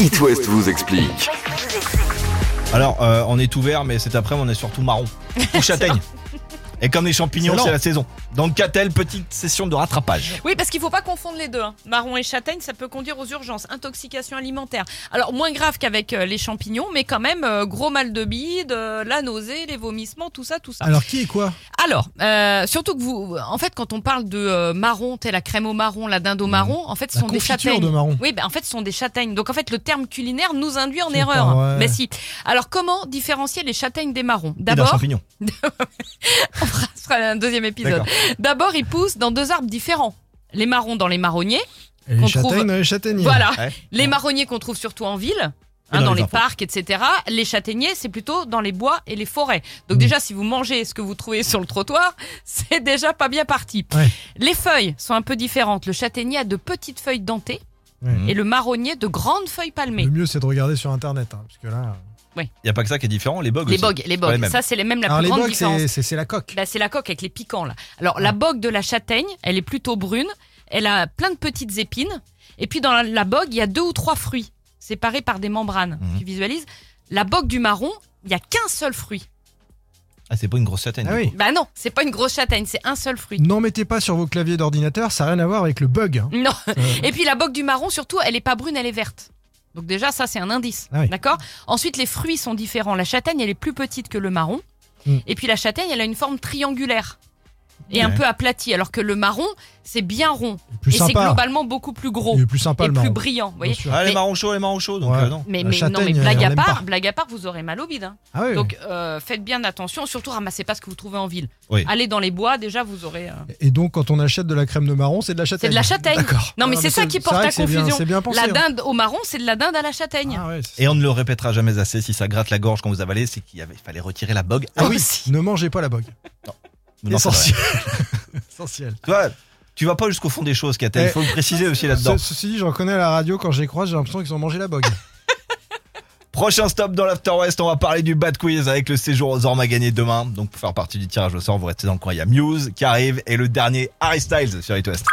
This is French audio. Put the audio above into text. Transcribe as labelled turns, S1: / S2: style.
S1: It West vous explique.
S2: Alors, euh, on est ouvert, mais cet après-midi, on est surtout marron ou châtaigne. Et comme les champignons,
S3: C'est lent.
S2: c'est la saison. Donc, Catel, petite session de rattrapage.
S4: Oui, parce qu'il faut pas confondre les deux. hein. Marron et châtaigne, ça peut conduire aux urgences, intoxication alimentaire. Alors, moins grave qu'avec euh, les champignons, mais quand même, euh, gros mal de bide, euh, la nausée, les vomissements, tout ça, tout ça.
S3: Alors qui est quoi
S4: Alors, euh, surtout que vous, en fait, quand on parle de euh, marron, t'es la crème au marron, la dinde au marron, en fait, ce
S3: Mmh. La
S4: sont des
S3: confiture
S4: châtaignes.
S3: de marron.
S4: Oui, ben en fait, ce sont des châtaignes. Donc, en fait, le terme culinaire nous induit en
S3: C'est
S4: erreur.
S3: pas vrai.
S4: Ben si. Alors, comment différencier les châtaignes des marrons
S2: Et d'un
S4: D'abord,
S2: champignon.
S4: on fera ce sera un deuxième épisode.
S2: D'accord.
S4: D'abord, ils poussent dans deux arbres différents. Les marrons dans les marronniers.
S3: Et Les
S4: Qu'on
S3: châtaignes
S4: trouve-
S3: dans les châtaigniers.
S4: Voilà.
S2: Ouais.
S4: Les marronniers qu'on trouve surtout en ville.
S2: Et
S4: hein,
S2: dans
S4: dans
S2: les
S4: les
S2: enfants.
S4: parcs, etc. Les châtaigniers, c'est plutôt dans les bois et les forêts. Donc
S3: Mm.
S4: déjà, si vous mangez ce que vous trouvez sur le trottoir, c'est déjà pas bien parti.
S3: Ouais.
S4: Les feuilles sont un peu différentes. Le châtaignier a de petites feuilles dentées
S3: Ouais.
S4: et le marronnier de grandes feuilles palmées.
S3: Le mieux c'est de regarder sur internet, hein, parce que là.
S2: Il n'y a pas que ça qui est différent, les bogues
S4: Les
S2: aussi.
S4: bogues, les
S2: Ouais,
S4: bogues.
S2: même.
S4: Ça, c'est les mêmes la
S3: Alors
S4: plus
S3: les
S4: grande
S3: bogues,
S4: différence.
S3: c'est- c'est c'est la coque.
S4: Là, c'est la coque avec les piquants. Là. Alors, la bogue de la châtaigne, elle est plutôt brune. Elle a plein de petites épines. Et puis, dans la, la bogue, il y a deux ou trois fruits séparés par des membranes.
S2: Mhm.
S4: Tu visualises La bogue du marron, il y a qu'un seul fruit.
S2: Ah, c'est pas une grosse châtaigne.
S3: Ah oui.
S4: Bah non, c'est pas une grosse châtaigne, c'est un seul fruit.
S3: N'en mettez pas sur vos claviers d'ordinateur, ça n'a rien à voir avec le bug. hein.
S4: Non.
S3: Euh,
S4: Et puis, la bogue du marron, surtout, elle est pas brune, elle est verte. Donc déjà, ça, c'est un indice.
S3: Ah oui.
S4: D'accord Ensuite, les fruits sont différents. La châtaigne, elle est plus petite que le marron.
S3: Mm.
S4: Et puis, la châtaigne, elle a une forme triangulaire et un
S2: Ouais.
S4: peu aplatie, alors que le marron, c'est bien rond.
S3: plus
S4: et c'est
S3: sympa.
S4: globalement beaucoup plus gros
S3: Il est plus sympa
S4: et
S3: le
S4: plus
S3: marron.
S4: brillant. Vous voyez
S3: Bien sûr.
S2: Ah, les
S4: Mais-
S2: marrons chauds, les marrons chauds. Donc,
S3: Ouais.
S2: euh, non.
S4: mais,
S3: La
S4: mais non, mais
S3: châtaigne,
S4: blague
S3: on
S4: à
S3: l'aime
S4: part,
S3: pas.
S4: blague à part, vous aurez mal au bide. hein.
S3: Ah oui,
S4: Donc euh, faites bien attention, surtout ramassez pas ce que vous trouvez en ville.
S2: Oui.
S4: Allez dans les bois, déjà vous aurez. euh,
S3: oui. Et donc quand on achète de la crème de marron, c'est de la châtaigne.
S4: C'est de la châtaigne.
S3: D'accord.
S4: Non, mais
S3: Ah,
S4: c'est ça qui porte
S3: vrai
S4: à
S3: que c'est bien-
S4: confusion.
S3: C'est bien pensé.
S4: la
S3: hein.
S4: dinde au marron, c'est de la dinde à la châtaigne.
S3: Ah ouais, c'est-
S2: Et on ne le répétera jamais assez. Si ça gratte la gorge quand vous avalez, c'est qu'il y avait- il fallait retirer la bogue.
S3: Ah oui,
S4: aussi.
S3: ne mangez pas la bug.
S2: Non, c'est vrai.
S3: Essentiel. Essentiel.
S2: Tu vois, tu vas pas jusqu'au fond des choses, Catel. Il
S3: Eh,
S2: faut le préciser aussi là-dedans.
S3: Ce- ceci dit, je reconnais à la radio quand je les croise, j'ai l'impression qu'ils ont mangé la bog.
S2: Prochain stop dans l'After West, on va parler du Bad Quiz avec le séjour aux Ormes à gagner demain. Donc pour faire partie du tirage au sort, vous restez dans le coin. Il y a Muse qui arrive et le dernier Harry Styles sur It West.